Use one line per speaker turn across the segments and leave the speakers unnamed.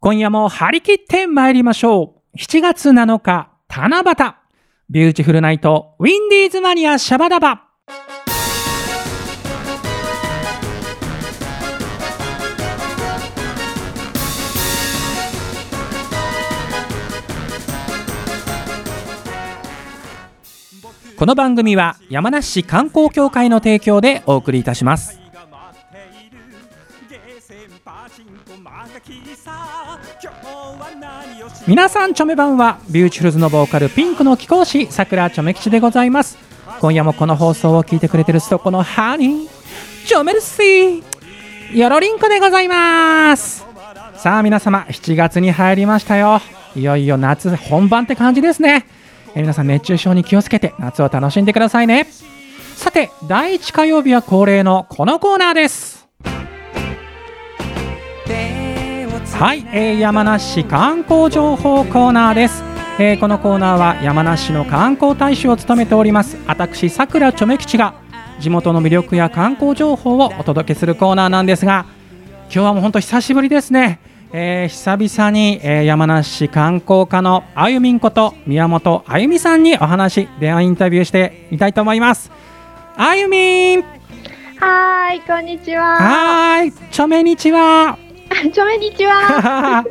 今夜も張り切って参りましょう。7月7日、七夕。ビューティフルナイト、ウィンディーズマニアシャバダバ。この番組は山梨市観光協会の提供でお送りいたします。皆さんチョメ版はビューチフルズのボーカルピンクの貴公子さくらチョメ吉でございます今夜もこの放送を聞いてくれてるストコのハニーチョメルシーよろりんこでございますさあ皆様7月に入りましたよいよいよ夏本番って感じですねえ皆さん熱中症に気をつけて夏を楽しんでくださいねさて第1火曜日は恒例のこのコーナーですはい、えー、山梨市観光情報コーナーです、えー、このコーナーは山梨の観光大使を務めております私さくらちょめ吉が地元の魅力や観光情報をお届けするコーナーなんですが今日はもう本当久しぶりですね、えー、久々に、えー、山梨市観光課のあゆみんこと宮本あゆみさんにお話電話インタビューしてみたいと思いますあゆみん
はいこんにちは
はいちょめにちは
ちょめにち は。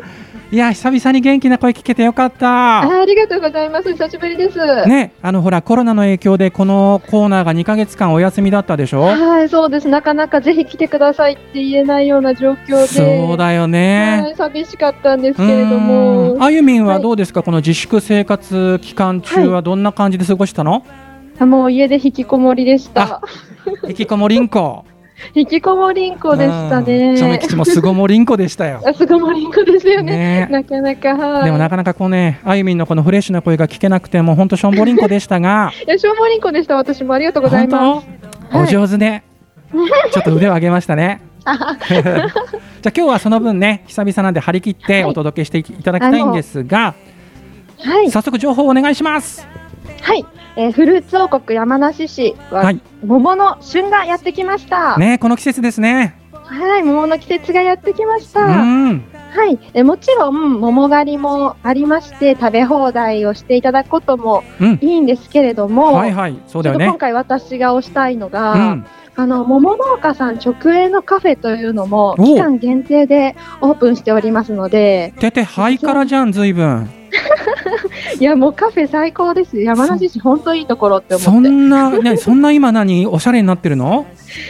いや久々に元気な声聞けてよかった
あ。ありがとうございます。久しぶりです。
ね、あのほらコロナの影響でこのコーナーが2ヶ月間お休みだったでしょ。
はい、そうです。なかなかぜひ来てくださいって言えないような状況で。
そうだよね。
寂しかったんですけれども。
あゆみんはどうですか、はい、この自粛生活期間中はどんな感じで過ごしたの？
はい、もう家で引きこもりでした。
引きこもりんこ。
引きこもりんこでしたね。
ちょめ吉もすごもりんこでしたよ。、
すごもりんこですよね。ねなかなか、はい
でもなかなかこうね、あゆみんのこのフレッシュな声が聞けなくて、もう本当しょんぼりんこでしたが。
いや、しょんぼりんこでした。私もありがとうございます。
お上手 ね。はい、ちょっと腕を上げましたね。じゃあ今日はその分ね、久々なんで張り切ってお届けしていただきたいんですが、はい、早速情報をお願いします。
はい、えー、フルーツ王国山梨市は、はい、桃の旬がやってきました。
ね、この季節ですね。
はい、桃の季節がやってきました。はい、えー、もちろん桃狩りもありまして、食べ放題をしていただくこともいいんですけれども、うん、
はいはい、そうだよね。
今回私が推したいのが、うん、あの桃農家さん直営のカフェというのも期間限定でオープンしておりますので。
ててハイカラじゃん、ずいぶん。
いやもうカフェ最高です。山梨市本当いいところって
そんなねそんな今何おしゃれになってるの？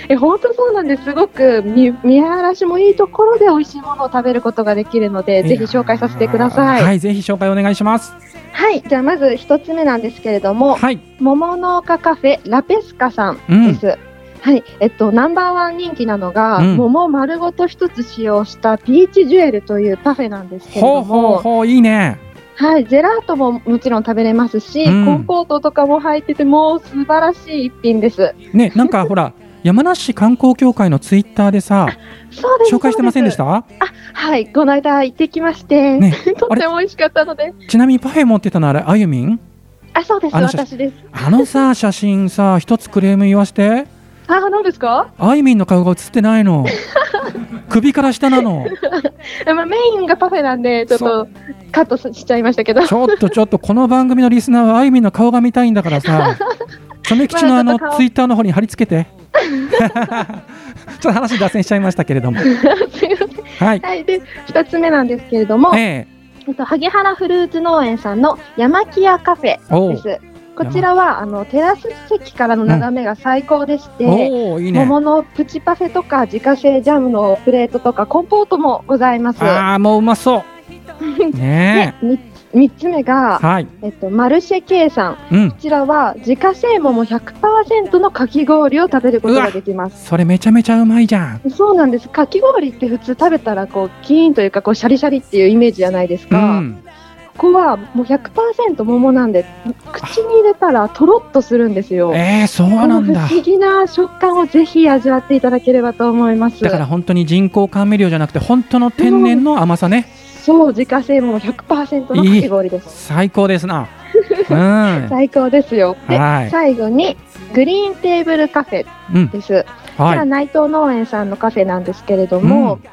え本当そうなんです。すごく見見晴らしもいいところで美味しいものを食べることができるので ぜひ紹介させてください。
はいぜひ紹介お願いします。
はいじゃあまず一つ目なんですけれども、はい、桃農家カフェラペスカさんです。うんはい、えっと、ナンバーワン人気なのが、うん、桃丸ごと一つ使用したピーチジュエルというパフェなんですけれども。
ほうほうほういいね。
はい、ジェラートももちろん食べれますし、うん、コンポートとかも入ってて、もう素晴らしい一品です。
ね、なんかほら、山梨市観光協会のツイッターでさ、紹介してませんでしたあ
はい、この間行ってきまして、 ね、とっても美味しかったので。
ちなみにパフェ持ってたのあれ、あゆみん
あ、そうです、私です。
あの さ、写真さ、一つクレーム言わして。
あ、なんですか。
あいみんの顔が映ってないの。首から下なの。
まあ、メインがパフェなんで、ちょっとカットしちゃいましたけど。
ちょっと、ちょっと、この番組のリスナーはあいみんの顔が見たいんだから さ。チョメ吉のあのツイッターの方に貼り付けて。 ちょっと話脱線しちゃいましたけれども。
はい、はい、で、二つ目なんですけれども。ええっと、萩原フルーツ農園さんの山木屋カフェです。こちらはあのテラス席からの眺めが最高でして、うんいいね、桃のプチパフェとか自家製ジャムのプレートとかコンポートもございます。
ああもううまそう。 ね
3つ目が、はい、えっと、マルシェ K さ、うん、こちらは自家製桃100%のかき氷を食べることができます
それめちゃめちゃうまいじゃん
そうなんですかき氷って普通食べたらこうキーンというかこうシャリシャリっていうイメージじゃないですか、うんここはもう100%桃なんで口に入れたらとろっとするんですよ。
えー、そうなんだ
不思議な食感をぜひ味わっていただければと思います
だから本当に人工甘味料じゃなくて本当の天然の甘さね、
うん、そう自家製桃100%のかき氷です
最高ですな、
うん、 最高ですよで、最後にグリーンテーブルカフェです、うん、はい、内藤農園さんのカフェなんですけれども、うん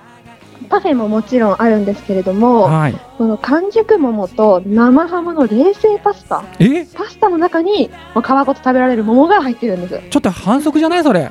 パフェももちろんあるんですけれども、はい、この完熟桃と生ハムの冷製パスタ
え
パスタの中に皮ごと食べられる桃が入ってるんです
ちょっと反則じゃないそれ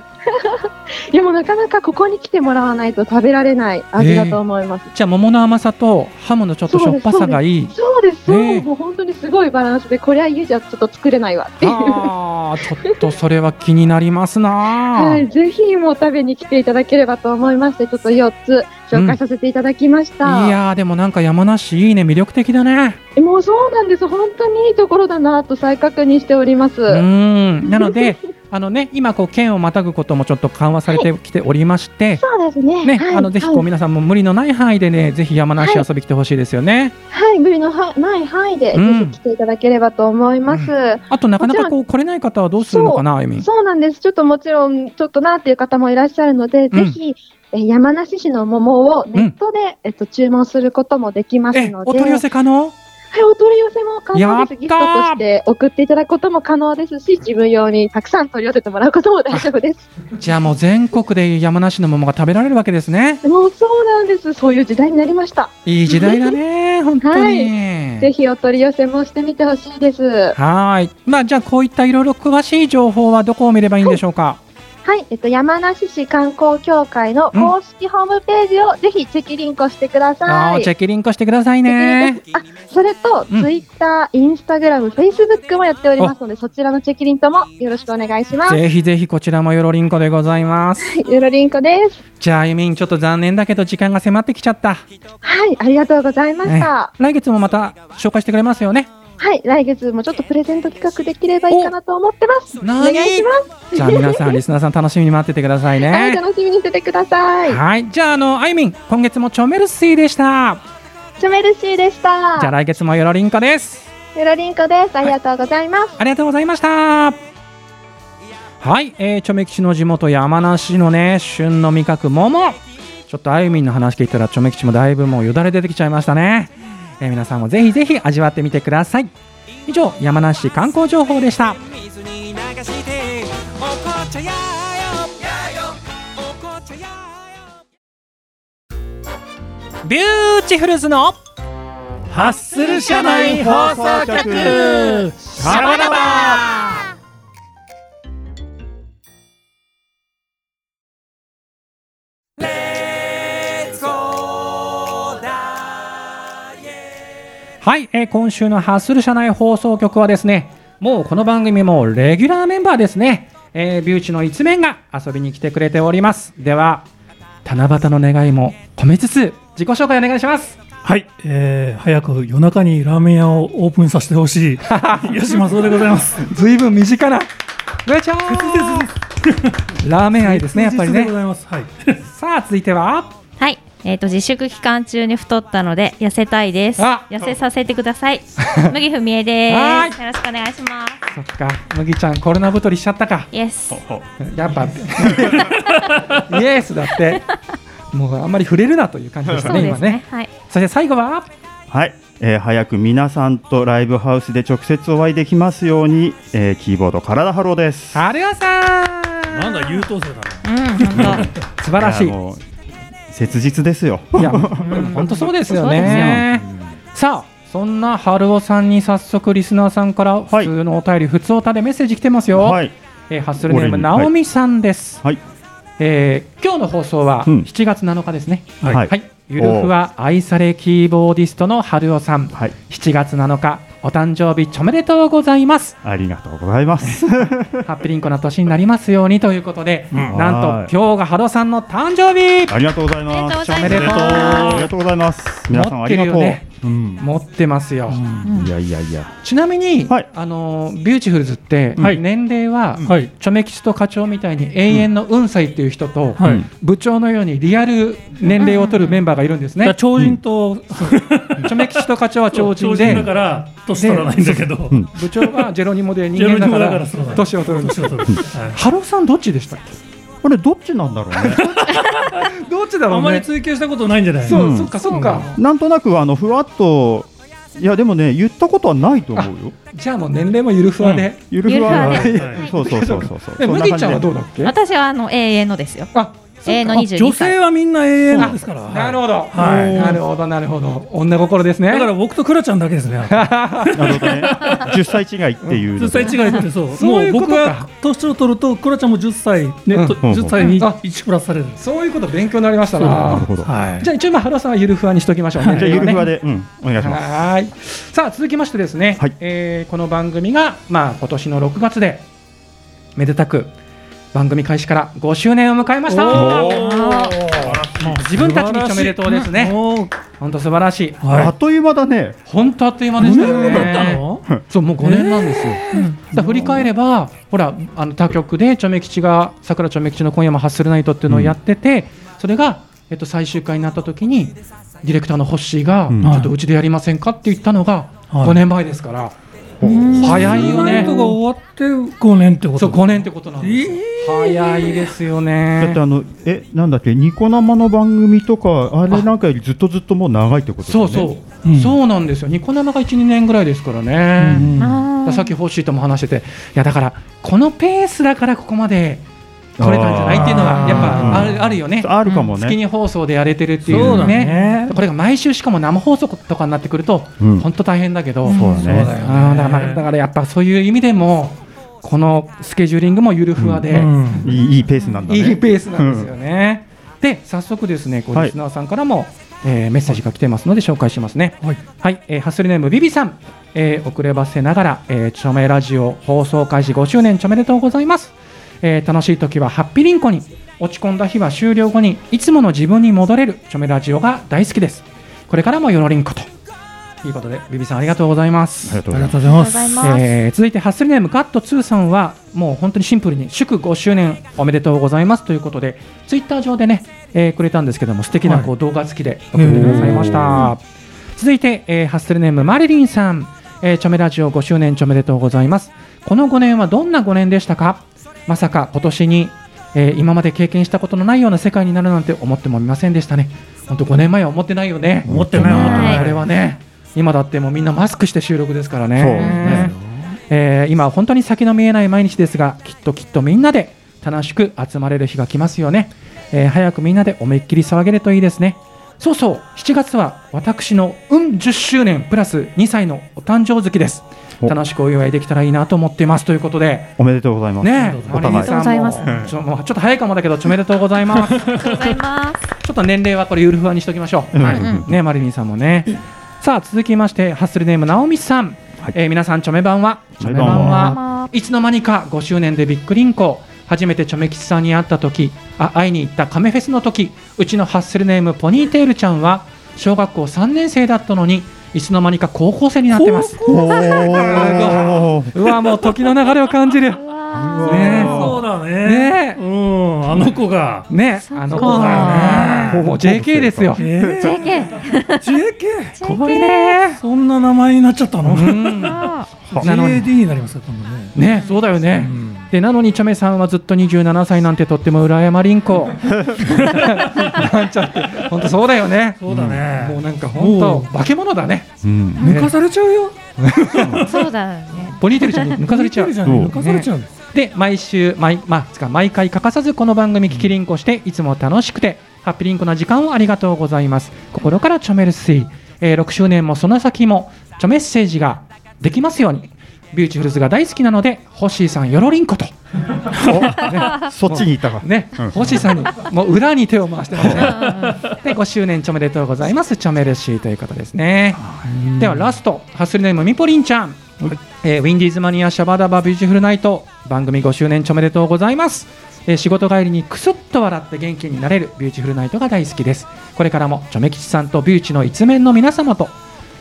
いやもうなかなかここに来てもらわないと食べられない味だと思います、え
ー、じゃあ桃の甘さとハムのちょっとしょっぱさがいい
そうですそうです、えー、もう本当にすごいバランスでこれは家じゃちょっと作れないわっていう
あちょっとそれは気になりますな
はいぜひもう食べに来ていただければと思いましてちょっと4つ紹介させていただきました、
うん、いやでもなんか山梨いいね魅力的だね
もうそうなんです本当にいいところだなと再確認しております
うんなの であのね、今こう県をまたぐこともちょっと緩和されてきておりまして、はい、
そうですね。
ね、はい、あのぜひこう、はい、皆さんも無理のない範囲でね、ぜひ山梨遊び来てほしいですよね。
はい、無理のない範囲で、ぜひ来ていただければと思います。うんうん、
あとなかなかこう来れない方はどうするのかな、あゆみ。
そうなんです。ちょっともちろんちょっとなっていう方もいらっしゃるので、うん、ぜひ。え山梨市の桃をネットで、えっと注文することもできますので。
お取り寄せ可能？
はい、お取り寄せも可能です。ギフトとして送っていただくことも可能ですし、自分用にたくさん取り寄せてもらうことも大丈夫です。
じゃあもう全国で山梨の桃が食べられるわけですね。
もうそうなん です。そういう時代になりました。
いい時代だね、本当に、
はい。ぜひお取り寄せもしてみてほしいです。
はい。まあじゃあこういったいろいろ詳しい情報はどこを見ればいいんでしょうか。はい
はい、えっと、山梨市観光協会の公式ホームページをぜひチェキリンコしてください。
うん、チェキリンコしてくださいね。
あ、それと、うん、ツイッター、インスタグラム、フェイスブックもやっておりますので、そちらのチェキリンともよろしくお願いします。
ぜひぜひこちらもよろりんこでございます。
よろりんこです。、
じゃあ、ゆみん、ちょっと残念だけど、時間が迫ってきちゃった。はい
ありがとうございました。
来月もまた紹介してくれますよ ね。
はい、来月もちょっとプレゼント企画できればいいかなと思ってます。お願いします。
じゃあ皆さん、リスナーさん楽しみに待っててくださいね。
はい、楽しみにしててください。
はい、じゃああのあいみん、今月もチョメルシーでした。
チョメルシーでした。
じゃあ来月もよろりんこです。
よろりんこです。ありがとうございます。はい、
ありがとうございました。はい、えー、チョメ吉の地元山梨のね旬の味覚桃。ちょっとあゆみんの話聞いたらチョメ吉もだいぶもうよだれ出てきちゃいましたね。えー、皆さんもぜひぜひ味わってみてください以上山梨市観光情報でしたビューティフルズの
ハッスル社内放送局シャバダバ
はい、えー、今週のハッスル社内放送局はですね、もうこの番組もレギュラーメンバーですね、えー、ビューチの一面が遊びに来てくれております。では、七夕の願いも込めつつ、自己紹介お願いします。
はい、えー、早く夜中にラーメン屋をオープンさせてほしい、 吉松でございます。
ずいぶん身近な、ブーチャーラーメン愛ですね、やっぱりね。
はい、
さあ、続いては。
はい、えーと、と自粛期間中に太ったので痩せたいです。痩せさせてください。麦文江です。よろしくお願いします。
そっか、麦ちゃんコロナ太りしちゃったか。
イエス。
やっぱイエスだって。もうあんまり触れるなという感じでしたね。ね今ね。はい。そして最後は。
はい。えー、早く皆さんとライブハウスで直接お会いできますように、えー、キーボード体ハローです。
ハルアさ
ん。なんだ優等生
だな。うん、本。
当。素晴らしい。
切実ですよ。
いや、本当そうですよね。さあ。そんな春尾さんに早速リスナーさんから普通のお便り、普通おたでメッセージ来てますよ。はい、えー、ハッスルネームなおみさんです。
はい、
えー、今日の放送は7月7日ですね。はい、はい、ゆるふは愛されキーボーディストの春尾さん。はい、7月7日お誕生日おめでとうございます。
ありがとうございま す。
ハッピーリンコな年になりますようにということで、うん、なんと今日がハロさんの誕生日。
ありがとうございます
おめでとう。
ありがとうございます。皆さんありがとう。ね
うん、持ってますよ、
うん、いやいやいや
ちなみに、はい、あのビューティフルズって、はい、年齢は、はい、チョメ吉と課長みたいに永遠の運歳っていう人と、うん、部長のようにリアル年齢を取るメンバーがいるんですね、
超人と、チ
ョメ吉と課長は超人で
だから年取らないんだけど
部長はジェロニモで人間だから年を取るんですよハロさんどっちでしたっけ
これどっちなんだろうね。
どっちだろう、ね、
あまり追求したことないんじゃない。
そう、うん、そっかそっか。
なんとなくあのふわっと。いやでもね言ったことはないと思うよ。
じゃあもう年齢もゆるふわで。
ゆるふわで。そうそうそうそうそう。
麦ちゃんはどうだっけ？
私はあの永遠のですよ。
あ、
永遠の22歳
女性はみんな永遠なんですから、はい
なるほど、
はい
なるほどなるほど女心ですね
だから僕とクラちゃんだけです ね
なるほどね。10歳 違いっていう。
10歳違いってそう
そういう
も
こ
う
と
僕
か
が年を取るとクラちゃんも10歳ね、
うん
と
うん
10歳に
あ
1プラスされるんです、
そういうこと勉強になりましたな
なるほど。じゃ
はい
じゃあ一応今原さんはゆるふわにしときましょうね
あゆるふわ
で
で、うん、お願いします。
はいさあ続きましてですね、
はい
えーこの番組がまあ今年の6月でめでたく番組開始から5周年を迎えました自分たちに一応めでとうですね
もう
本当素晴らしい
はい
あっという間だね。
本当あっという間でしたよね
五年もだったの
そうもう5年なんですよ、だから振り返ればほらあの他局でチョメ吉がさくらちょめ吉の今夜もハッスルナイトっていうのをやってて、それがえっと最終回になった時にディレクターのホッシーが、
うん
ちょっとうちでやりませんかって言ったのが
はい
5年前ですから、早いよ
ナイ
ね
トが終わって5年ってこと
そう5年ってことなんですよ、早いですよね
だってあの、え、なんだっけ、ニコ生の番組とか、あれなんかよりずっとずっともう長いってことだ
そ
よ
う
ね。
そう、
うん
そうなんですよニコ生が12年ぐらいですからね、だからさっきホッシーとも話してて、いやだから、このペースだからここまで来れたんじゃないっていうの
あ
は、
ー
やっぱあ
う
る
ん
あるよね、
あるかも
月に
ね。
放送でやれてるってい
そう
う
だ
ね、
ね
これが毎週、しかも生放送とかになってくると、
うん
本当大変だけど、
そうだ
そうだ
ね。
よ
あーだからだからやっぱそういう意味でも、このスケジューリングもゆるふわで、
うん
いいいいペースなんだね。
いいペースなんですよね。で、早速ですね、こう
はい
リスナーさんからも、えーメッセージが来てますので紹介しますね。
はい
はい、えーハッスルネームビビさん、えー遅ればせながら、えー、チョメラジオ放送開始5周年チョメでとうございます、えー楽しい時はハッピーリンコに落ち込んだ日は終了後にいつもの自分に戻れるチョメラジオが大好きですこれからもよろりんこということでビビさんありがとうございます
ありがと
あ
うご
り
ざ
が
います。
とうございます
ありがとうございます。
えー続いてハッスルネームガット2さんはもう本当にシンプルに祝5周年おめでとうございますということでツイッター上でね、えーくれたんですけども素敵なこう動画付きで送ってくださいました続いて、えーハッスルネームマリリンさん、えー、チョメラジオ5周年チョメでとうございますこの5年はどんな5年でしたかまさか今年に、えー今まで経験したことのないような世界になるなんて思ってもみませんでしたね本当5年前は思ってないよね
持ってない持って
は
ない
い
あれはね今だってもうみんなマスクして収録ですからね
そう
ねえー今は本当に先の見えない毎日ですがきっときっとみんなで楽しく集まれる日が来ますよね、えー早くみんなで思いっきり騒げるといいですねそうそう7月は私の運10周年プラス2歳のお誕生月です
お
楽しくお祝いできたらいいなと思っていますということで
おめでとうございます。
ねえ
お
マリリン
互い。
さん
おめでとうございます
もちょもうちょっと早いかもだけどおめでとうござい ますちょ
ありがとうございます。
っと年齢はこれゆるふわにしときましょう
うん
うんうん
ね、マリリンさんもね。さあ、続きまして、ハッスルネーム、ナオミさん。
はい
えー皆さん、チョメ版は。
チョメ版は
はいつの間にか5周年でびっくりんこ。初めてチョメ吉さんに会った時あ会いに行ったカメフェスの時うちのハッスルネームポニーテールちゃんは小学校3年生だったのにいつの間にか高校生になってます
おー
うわもう時の流れを感じるね
そうだね
ね
うんあの子が
ねあの子がねもう JK ですよ
え ー
JK。
JK
すごいね
そんな名前になっちゃったの
うんなのに
JD になりますよ今度ね
ねそうだよね、でなのにチョメさんはずっと27歳なんてとっても羨まりんこなんちゃって本当そうだよね
そうだ
もう
ね
なんか本
も
当
う
化け物だね
うん
抜かされちゃうよ
そうだよね。
ポニーテールちゃんに抜かされちゃう
見てるじ
そう
抜かされちゃう
で毎週毎,、まあ、つか毎回欠かさずこの番組聞きりんこしていつも楽しくてハッピリンコな時間をありがとうございます心からチョメルスイ、えー6周年もその先もチョメッセージができますようにビューティフルズが大好きなのでホッシーさんよろりんこと
おそっちに行ったか。
ね、
うん
星さんにもう裏に手を回してますね。で、5周年おめでとうございます。チョメルシーということですね。ではラスト、ハッスルネームみぽりんちゃん。えーウィンディーズマニアシャバダバビューティフルナイト番組5周年おめでとうございます。えー仕事帰りにくすっと笑って元気になれるビューティフルナイトが大好きです。これからもチョメ吉さんとビューチの一面の皆様と、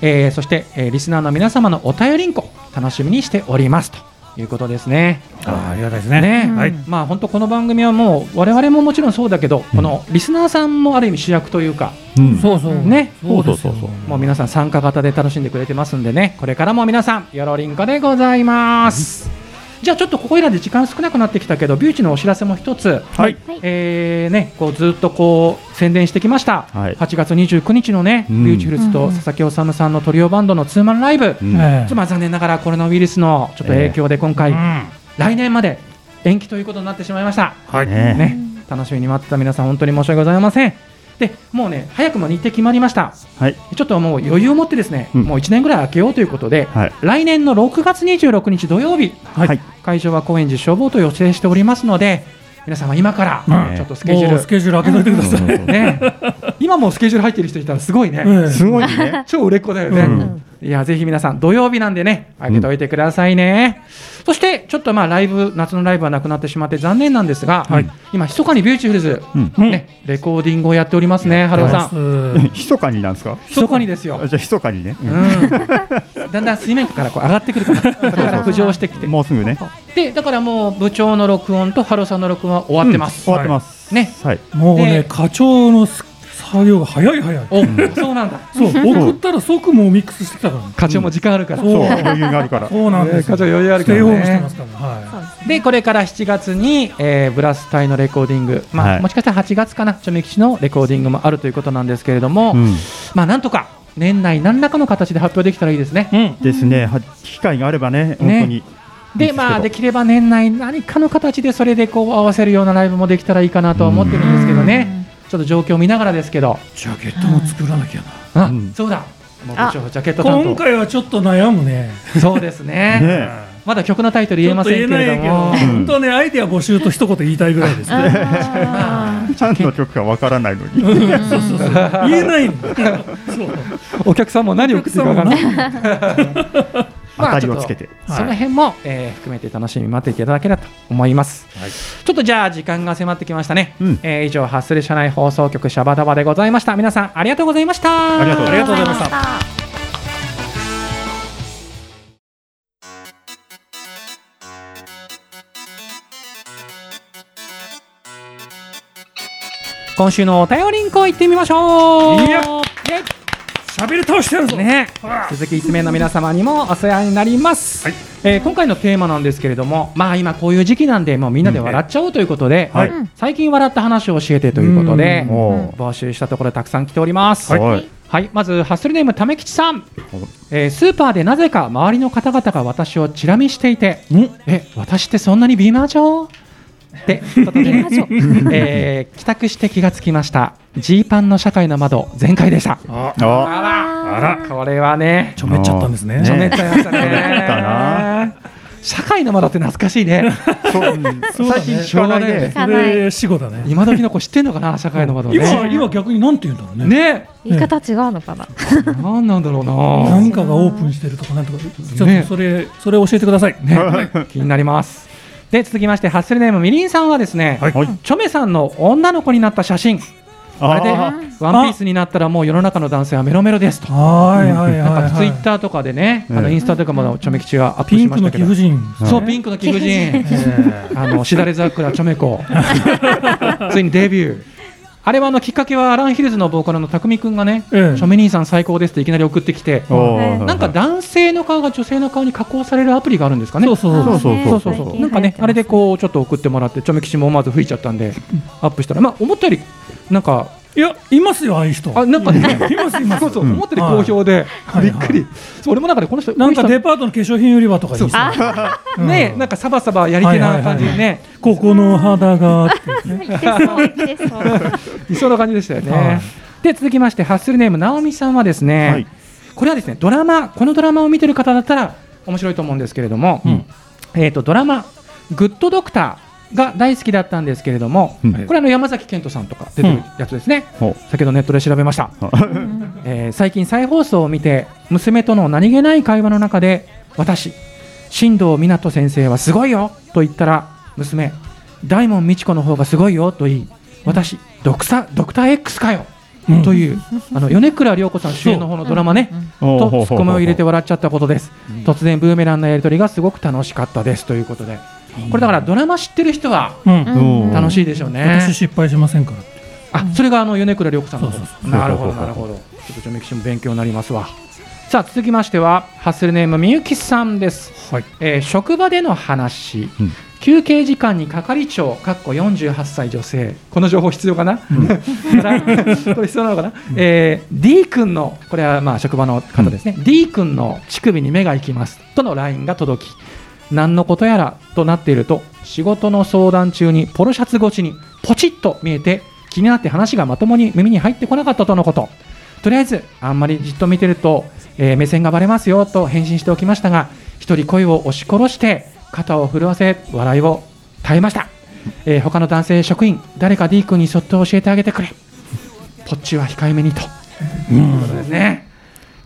えーそして、えーリスナーの皆様のお便りんこ楽しみにしておりますということですね。
あありがたいです
ね
うん
はい
まあ本当この番組はもう我々ももちろんそうだけど、このリスナーさんもある意味主役というか、
うん
そうそう
ね
そうですよ
そうそうそ
もう皆さん参加型で楽しんでくれてますんでね、これからも皆さんよろりんこでございます。じゃあちょっとここいらで時間少なくなってきたけど、ビューチのお知らせも一つ。
はい。
えーね、こうずっとこう宣伝してきました、
はい
8月29日のね、
うん
ビューチフルズと佐々木修さんのトリオバンドのツーマンライブ、
う
ちょ
ん
え
っとまあ残念ながらコロナウイルスのちょっと影響で今回、来年まで延期ということになってしまいました。
はい
ね
ね、楽しみに待ってた皆さん、本当に申し訳ございません。でもうね、早くも日程決まりました、
はい、
ちょっともう余裕を持って、ですね、うん、もう1年ぐらい空けようということで、はい、来年の6月26日土曜日、はい、会場は高円寺消防と予定しておりますので、皆様、今から、ちょっとスケジュール、
スケジュール開けといてください、
ね、 今もスケジュール入ってる人いたらすごいね、
すごいね、
超売れっ子だよね、うん、いやぜひ皆さん、土曜日なんでね、開けておいてくださいね、うん、そしてちょっとまあライブ、夏のライブはなくなってしまって残念なんですが、はい、今、密かにビューチフルズ、ね、レコーディングをやっておりますね、春尾さん。
密かになんですか
密かにですよ。
じゃ密かにね、
だんだん水面下からこう上がってくる から、から浮上してきて、
もうすぐね。
でだからもう部長の録音と春尾さんの録音は終わってます。
終わってます。
ね、
もうね課長の作業が早い早い。
そうなんだ。
そう送ったら即もうミックスしてきたから。
課長も時間あるから。
そう余裕があるから。
そうなんです。
課長余裕ある
からね。
でこれから7月に、えー、ブラス隊のレコーディング、まあもしかしたら8月かな、チョメキシのレコーディングもあるということなんですけれども、まあなんとか年内何らかの形で発表できたらいいですね。
ですね。機会があればね、本当に。
でまあ、できれば年内何かの形でそれでこう合わせるようなライブもできたらいいかなとは思ってるんですけどねちょっと状況を見ながらですけど
ジャケットも作らなきゃ
な、うん、そうだもう部長ジャケット
今回はちょっと悩むね
そうですねねまだ曲のタイトル言えませんけれども
本当ねアイデア募集と一言言いたいぐらい ですね
何の曲かわからないのに
そうそうそう言えないんだ
お客さんも何を聞くかわからない
まあ、ちょっと
その辺も、えー、含めて楽しみに待っていただければと思います、はい、ちょっとじゃあ時間が迫ってきましたね、うん、えー、以上ハッスル社内放送局シャバダバでございました皆さんありがとうございました
ありがとうご
ざいました
今週のお便りんこ行ってみましょう
喋り倒してるぞ
ね鈴木一面の皆様にもお世話になります、はい、えー、今回のテーマなんですけれどもまあ今こういう時期なんでもうみんなで笑っちゃおうということで、はい、最近笑った話を教えてということで募集したところたくさん来ております、はい、はい、まずハッスルネームためきちさん、えー、スーパーでなぜか周りの方々が私をチラ見していてえ私ってそんなに美魔女ってことで、えー、帰宅して気がつきましたジーパンの社会の窓全開でしたあらこれはね
ちょめっちゃったんですね
ちょめっちゃいましたね社会の窓って懐かしいね。
最近
知らないね。それ死後だね。
今時の子知ってんのかな社会の窓
今今逆になんて言うんだろうね。
ね。
言い方違うのかな。
なんなんだろうな。
何かがオープンしてるとかなんとか。ちょっとそれそれ教えてください。
気になります。で続きましてハッスルネームみりんさんはですね、はい、チョメさんの女の子になった写真あれでワンピースになったらもう世の中の男性はメロメロですとなんかツイッターとかでね、あのインスタとかもチョメ吉がアップしましたけど
ピンクの貴婦
人そうピンクの貴婦人あのしだれ桜チョメ 子ついにデビューあれはあのきっかけはアランヒルズのボーカルの匠君がね、チョメ兄さん最高ですっていきなり送ってきて、なんか男性の顔が女性の顔に加工されるアプリがあるんですかね。
そうそうそうそう
なんかね、あれでこうちょっと送ってもらって、チョメ吉も思わず吹いちゃったんで、アップしたら、まあ思ったよりなんか。
いや、いますよ、ああいう人。
あ、なんかね、います、います。そうそう、思ってる好評で、びっくり。そう、俺もなんかね、この人、
なんかデパートの化粧品売り場とかに
さ。ね、なんかサバサバやり手な感じでね。
ここの肌が。
いそうな感じでしたよね。で、続きまして、ハッスルネーム、直美さんはですね。これはですね、ドラマ、このドラマを見てる方だったら、面白いと思うんですけれども。えっと、ドラマ、グッドドクター。が大好きだったんですけれども、うん、これあの山崎賢人さんとか出てるやつですね、うん、先ほどネットで調べました、えー、最近再放送を見て娘との何気ない会話の中で私新藤湊斗先生はすごいよと言ったら娘大門美智子の方がすごいよと言い私ドクサドクター X かよという、あの米倉涼子さん主演の方のドラマね、とツッコミを入れて笑っちゃったことです、突然ブーメランのやり取りがすごく楽しかったですということで、これだからドラマ知ってる人は楽しいでしょうね、
私失敗しませんから
あそれがあの米倉涼子さんのなるほどなるほどちょっとジョメキシも勉強になりますわさあ続きましてはハッスルネームみゆきさんです、はいえー、職場での話、うん休憩時間に係長、かっこ48歳女性、この情報必要かな、うん、これ必要なのかな、うん、えー、D 君の、これはまあ職場の方ですね、うん、D 君の乳首に目が行きますとの LINE が届き、何のことやらとなっていると、仕事の相談中にポロシャツ越しに、ポチッと見えて気になって話がまともに耳に入ってこなかったとのこととりあえずあんまりじっと見てると、えー目線がばれますよと返信しておきましたが一人恋を押し殺して肩を震わせ笑いを耐えました、えー他の男性職員誰か D 君にそっと教えてあげてくれポッチは控えめにとということですね。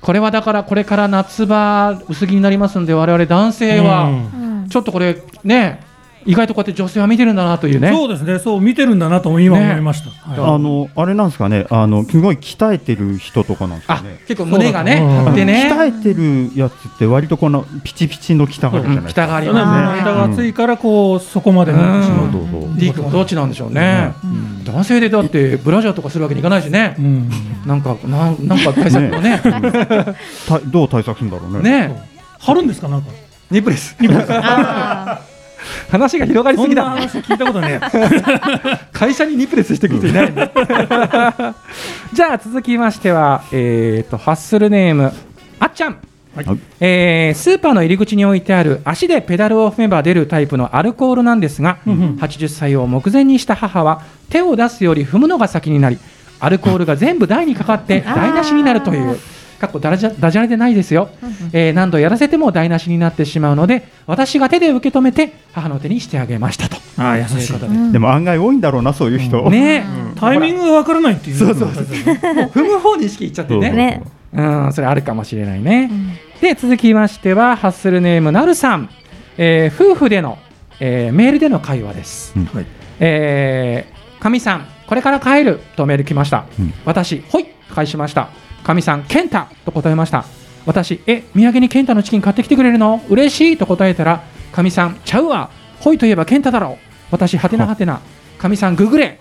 これはだからこれから夏場薄着になりますんで我々男性は
うん
ちょっとこれね意外とこうやって女性は見てるんだなというね
そうですね、そう見てるんだなと今思いました。
あのあれなんですかねあのすごい鍛えてる人とかなんですかね
結構胸がね
そうだ
張ってね
鍛えてるやつって割とこのピチピチの北があるじゃないですか、
北があり
ただ
ますね
胸が熱いからこうそこまでなってしまうと。
どうぞ
D 君はどっちなんでしょうね男性でだってブラジャーとかするわけにいかないしね
うん
なんかなんなんか対策もね
たどう対策するんだろうね
ね
貼るんですかなんか。
ニップレス
あ
話が広がり
そ
す
ん
ぎ
な
だ
話聞いたことね
会社にニップレスしてく人いないんだ じゃあ続きましては、えー、とハッスルネームあっちゃん、
はい
はい
えースーパーの入り口に置いてある足でペダルを踏めば出るタイプのアルコールなんですが、80歳を目前にした母は手を出すより踏むのが先になりアルコールが全部台にかかって
あー
台無しになるという。かっこダジャダジャレでないですよ、えー何度やらせても台無しになってしまうので私が手で受け止めて母の手にしてあげましたと
ああ優
とい
し
う
い
こ。と
ー
で
でも案外多いんだろうなそういう人、
ねえ
タイミングがわからないっていう。そうそうそう。
もう踏む方に意識いっちゃってね。
ね
うん、それあるかもしれないね。で、続きましては、ハッスルネームなるさん。えー夫婦での、えーメールでの会話です。
うん
えー、かみさん、これから帰るとメール来ました。
うん
私、ほい返しました。かみさん、ケンタと答えました。私、え、土産にケンタのチキン買ってきてくれるの嬉しいと答えたら、かみさん、ちゃうわ。ほいといえばケンタだろう。私、はてなはてな。かみさん、ググれ。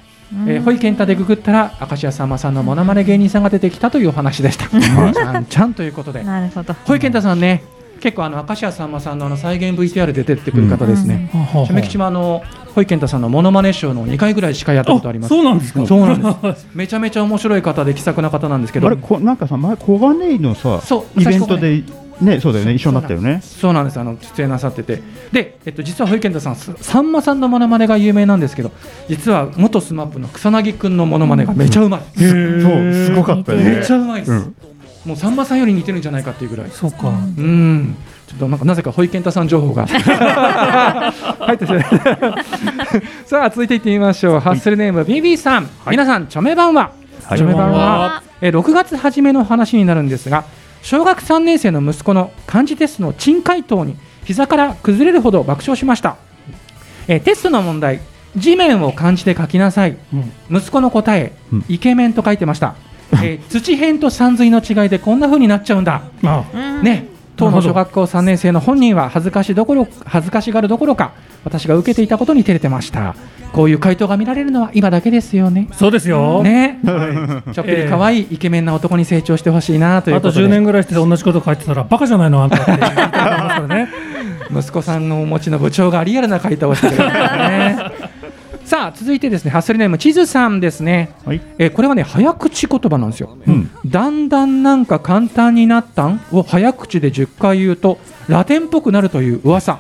えー、ホイケンタでググったら明石家さんまさんのモノマネ芸人さんが出てきたというお話でした。 ちゃんちゃんということで、
なるほど。
ホイケンタさんね、結構あの明石家さんまさんのあの再現 VTR で出てくる方ですね。
は
しめきちもあのホイケンタさんのモノマネショーの2回ぐらい司会やったことあります
そ。うなんですか。
そうなんです。めちゃめちゃ面白い方で気さくな方なんですけど
あれ、こなんかさ前小金井のさ
そう
イベントでねそうだよね一緒になったよね
そうなんですあの出演なさっててで、えっと、実はホイケンタさんすさんまさんのモノマネが有名なんですけど実は元スマップの草薙くんのモノマネがめちゃうまい、
そうすごかったよね
めちゃうまいです、
うん
もうさんまさんより似てるんじゃないかっていうぐらい
そうか。
うんちょっとなんかなぜかホイケンタさん情報が入ってしまいさあ続いていってみましょうハッスルネーム BB さん、皆さんチョメ版は、
はい
チョメ版
こんばん
はえー6月初めの話になるんですが小学3年生の息子の漢字テストの珍解答に膝から崩れるほど爆笑しました、えーテストの問題地面を漢字で書きなさい
うん
息子の答え、
うん
イケメンと書いてました、えー土辺と山水の違いでこんな風になっちゃうんだ
あ
うん
ね、当の小学校3年生の本人は恥ずかしどころ恥ずかしがるどころか私が受けていたことに照れてましたこういう回答が見られるのは今だけですよね
あそうですよ。
ね、
は
ちょっぴり可愛いイケメンな男に成長してほしいなと
い。
いう
あと
ことで
10年ぐらいして同じこと書いてたらバカじゃないのあんたって言いたいと思いますからね。
息子さんのお持ちの部長がリアルな回答をしてくれました ねさあ続いてですねハッスルネームチズさんですね、
はい
えーこれはね早口言葉なんですよ、
うん
だんだんなんか簡単になったんを早口で10回言うとラテンっぽくなるという噂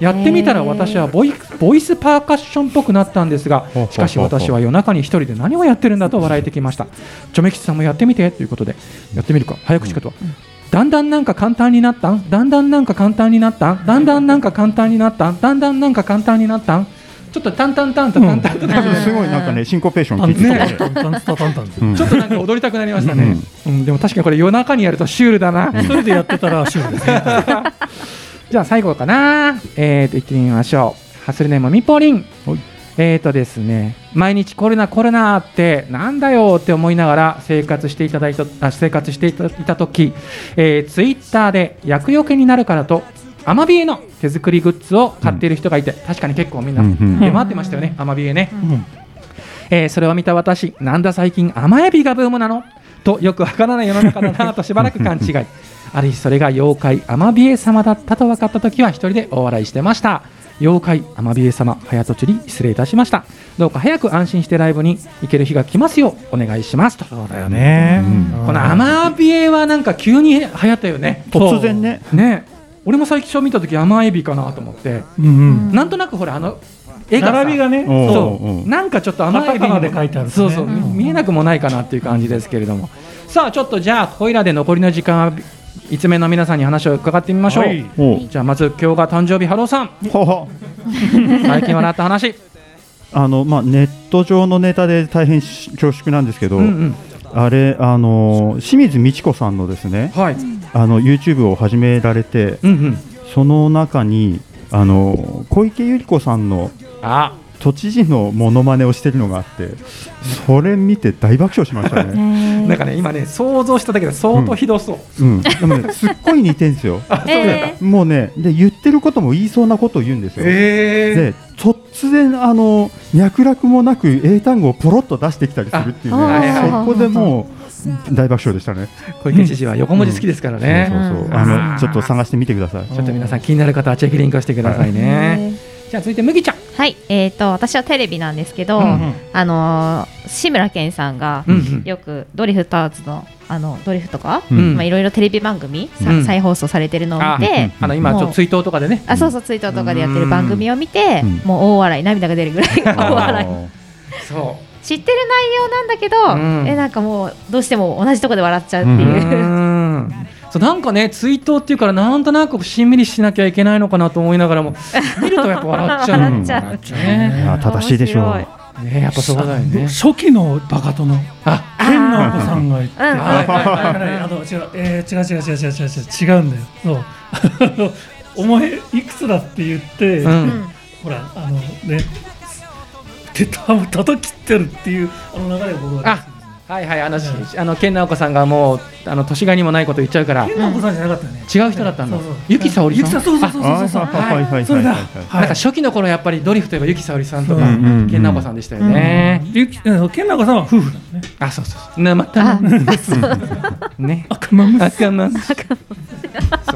やってみたら私はボイボイスパーカッションっぽくなったんですが
ほうほうほうほう
しかし私は夜中に一人で何をやってるんだと笑えてきましたチョメキチさんもやってみてということでやってみるか早口言葉、だんだんなんか簡単になったんだんだんなんか簡単になったんだんだんなんか簡単になったんだんだんなんか簡単になったんちょっとタンタンタンタンタンタン
多分すごいなんかねシンコペーション聞いてたもんね
タンタンタンタンタン。
うん
ちょっとなんか踊りたくなりましたね、うん、でも確かにこれ夜中にやるとシュールだな
一人でやってたらシュールですね。
じゃあ最後かな。えーと、行ってみましょう。ハッスルネームみぽりん
はい。
えーとですね、毎日コロナコロナってなんだよって思いながら生活していただいたあ生活していたいた時、えー、ツイッターで厄除けになるからとアマビエの手作りグッズを買っている人がいて、確かに結構みんな、
うんうん
出回ってましたよねアマビエね、
うん
えーそれを見た私なんだ最近甘エビがブームなのとよくわからない世の中だなとしばらく勘違い ある日それが妖怪アマビエ様だったと分かった時は一人で大笑いしてました妖怪アマビエ様早とちり失礼いたしましたどうか早く安心してライブに行ける日が来ますようお願いしますとそうだよね
ね
このアマビエはなんか急に流行ったよね
突然ね
ね俺も最初見た時甘エビかなと思って
うんうん。
なんとなくほらあの絵が
並びがね
そうなんかちょっと甘い
カタカナで書いてあるね
そうそう見えなくもないかなっていう感じですけれどもさあちょっとじゃあこいらで残りの時間は5名の皆さんに話を伺ってみましょう、
はい
おう
じゃあまず今日が誕生日ハローさん
ほほ
最近笑った話
あのまあネット上のネタで大変し恐縮なんですけど、
うんうん
あれあの清水美智子さんのですね
はい
あの YouTube を始められて
うんうん
その中にあの小池百合子さんの
あ
都知事のモノマネをしてるのがあってそれ見て大爆笑しまし たね。
なんかね今ね想像しただけで相当ひどそう、
うん、でもね、すっごい似てんですよ。
え
もうね、で、言ってることも言いそうなことを言うんですよ。
ええ
で、突然、あの、脈絡もなく、英単語をポロっと出してきたりするっていう
あは
は
い
い
ね
は。い
そこでもう、大爆笑でしたね。
小池知事は横文字好きですからね、
そうそうそう、あの、ちょっと探してみてください。
ちょっと皆さん気になる方はチェックリンクをしてくださいね、じゃあ続いて麦ちゃん
はい、えっ、と私はテレビなんですけど、
うん
うん
あのー志村けんさんが
うんうん
よくドリフターズのあのドリフとか、
うん
まあいろいろテレビ番組、さ
うん
再放送されてるのを見て、
あの今ちょっと追悼とかでね
あそうそうツイートとかでやってる番組を見て、
うん
もう大笑い涙が出るぐら いが大笑い
そ
知ってる内容なんだけど、
うん
えなんかもうどうしても同じとこで笑っちゃうって
うう
いう、
ーんそうなんかね追悼っていうからなんとなくしんみりしなきゃいけないのかなと思いながらも見るとやっぱ笑っちゃう
笑っちゃう
笑っちゃうね
あ正しいでしょ。
面白いう
ねやっぱそうだよね
初期のバカ殿
あ
天のお子さんがいて、
うんうん
はいはい
あの違う、えー、違う違う違う違う違う違うんだよ。そうあの。お前いくつだって言って、
うん
うん
ほらあのね、手た叩き切ってるっていうあの流れを僕は。
あはいはいあのしあの健直子さんがもうあの年がにもないこと言っちゃうから
天のお子さんじゃなかったよね。
違う人だったんだ
そうそう
ゆきさおりさん
ゆきさんそうそうそう
あ
そう
ー
そう。
はいはいはいはい
それだ。
は
は
な
い
んか初期の頃やっぱりドリフといえばゆきさおりさんとか
うん
うんうん
健直子さんでしたよね
ゆき、うん健太子さんは夫婦なのね。
あそうそうそうねまたね
赤間
あかんなそうだ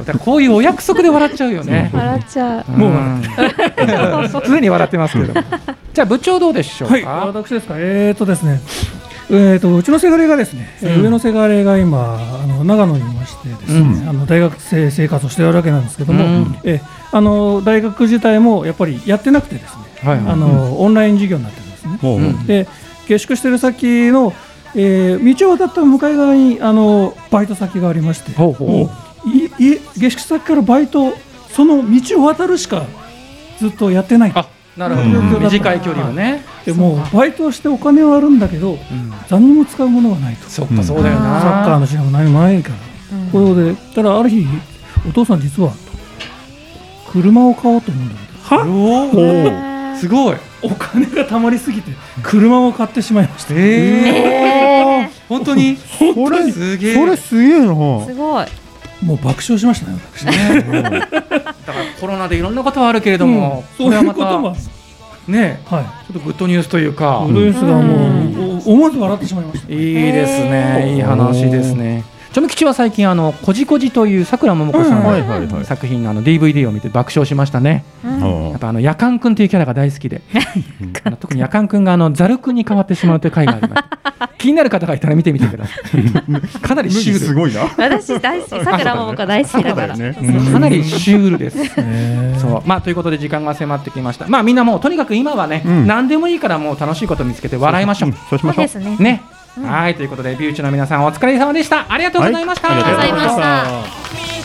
からこういうお約束で笑っちゃうよね
笑っちゃう
もう 常に笑ってますけど。じゃあ部長どうでしょうか。
はい、私ですか、えーとですね、えーとうちのせがれがですね、えー上のせがれが今あの長野にいましてですね、
うん
あの大学生生活をしているわけなんですけども、
うん
えーあの大学自体もやっぱりやってなくてですね、
はいはい
あのオンライン授業になってるんですね。
もう
うん
で下宿してる先の、えー道を渡った向かい側にあのバイト先がありまして、
ほうほう
もういい下宿先からバイトその道を渡るしかずっとやってない。
あ、なるほ
うん
ど。短い距離をね。
でもうバイトをしてお金はあるんだけど、何も使うものがないとサ
そっかそうだよな。
ッカーの試合も何もないから、これでたらある日お父さん実は車を買おうと思うんだけど
おお。すごい。
お金が貯まりすぎて車を買ってしまいました、
ええ。本当に。
これ、
すげえ
これすげえな。
すごい
もう爆笑しましたね私
だ
ね
からコロナでいろんなことはあるけれども、
そういうことも
はね、
は
ちょっとグッドニュースというか
い。ドイツがもうお思わず笑ってしまいました
いいですね。いい話ですね。ちなみに吉は最近あのこじこじというさくらももこさん
はい
の
はいはい。
作品のあの DVD を見て爆笑しましたね。
うん
やっぱあの夜間くんというキャラが大好 きで、あの特に夜間くんがあのザルくんに変わってしまうという回があります。 気になる方がいたら見てみてください。かなりシュ
麦す
ール。
ごいな。
私大好 きさくらももこ大好きだから
そうだよね
うんかなりシュールです。そうまあ、ということで時間が迫ってきました、まあ、みんなもうとにかく今はね、
うん
何でもいいからもう楽しいこと見つけて笑いましょう。
そうしまし
そ
ょ
う
う
で。すね
ね、はいということでビューチの皆さんお疲れ様でしたありがとうございました。
はいありがとうございました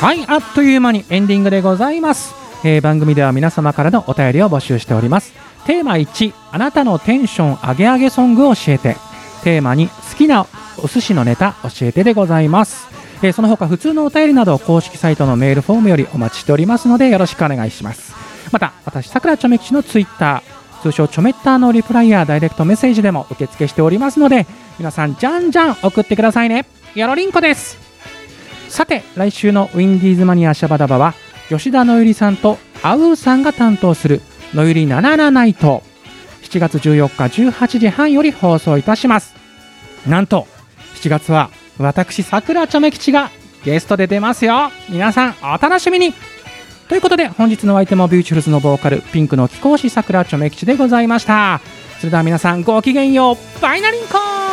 はい、あっという間にエンディングでございます、えー番組では皆様からのお便りを募集しておりますテーマ1あなたのテンション上げ上げソングを教えてテーマ2好きなお寿司のネタ教えてでございます、えーその他普通のお便りなど公式サイトのメールフォームよりお待ちしておりますのでよろしくお願いしますまた私さくらちょめきちのツイッター通称ちょめッターのリプライやダイレクトメッセージでも受付しておりますので皆さんじゃんじゃん送ってくださいねよろりんこですさて来週のウィンディーズマニアシャバダバは吉田のゆりさんとアウーさんが担当するのゆり77ナイト7月14日18時半より放送いたしますなんと7月は私さくらちょめ吉がゲストで出ますよ皆さんお楽しみにということで本日のお相手もビューチフルズのボーカルピンクの貴公子さくらちょめ吉でございましたそれでは皆さんごきげんようバイナリンコー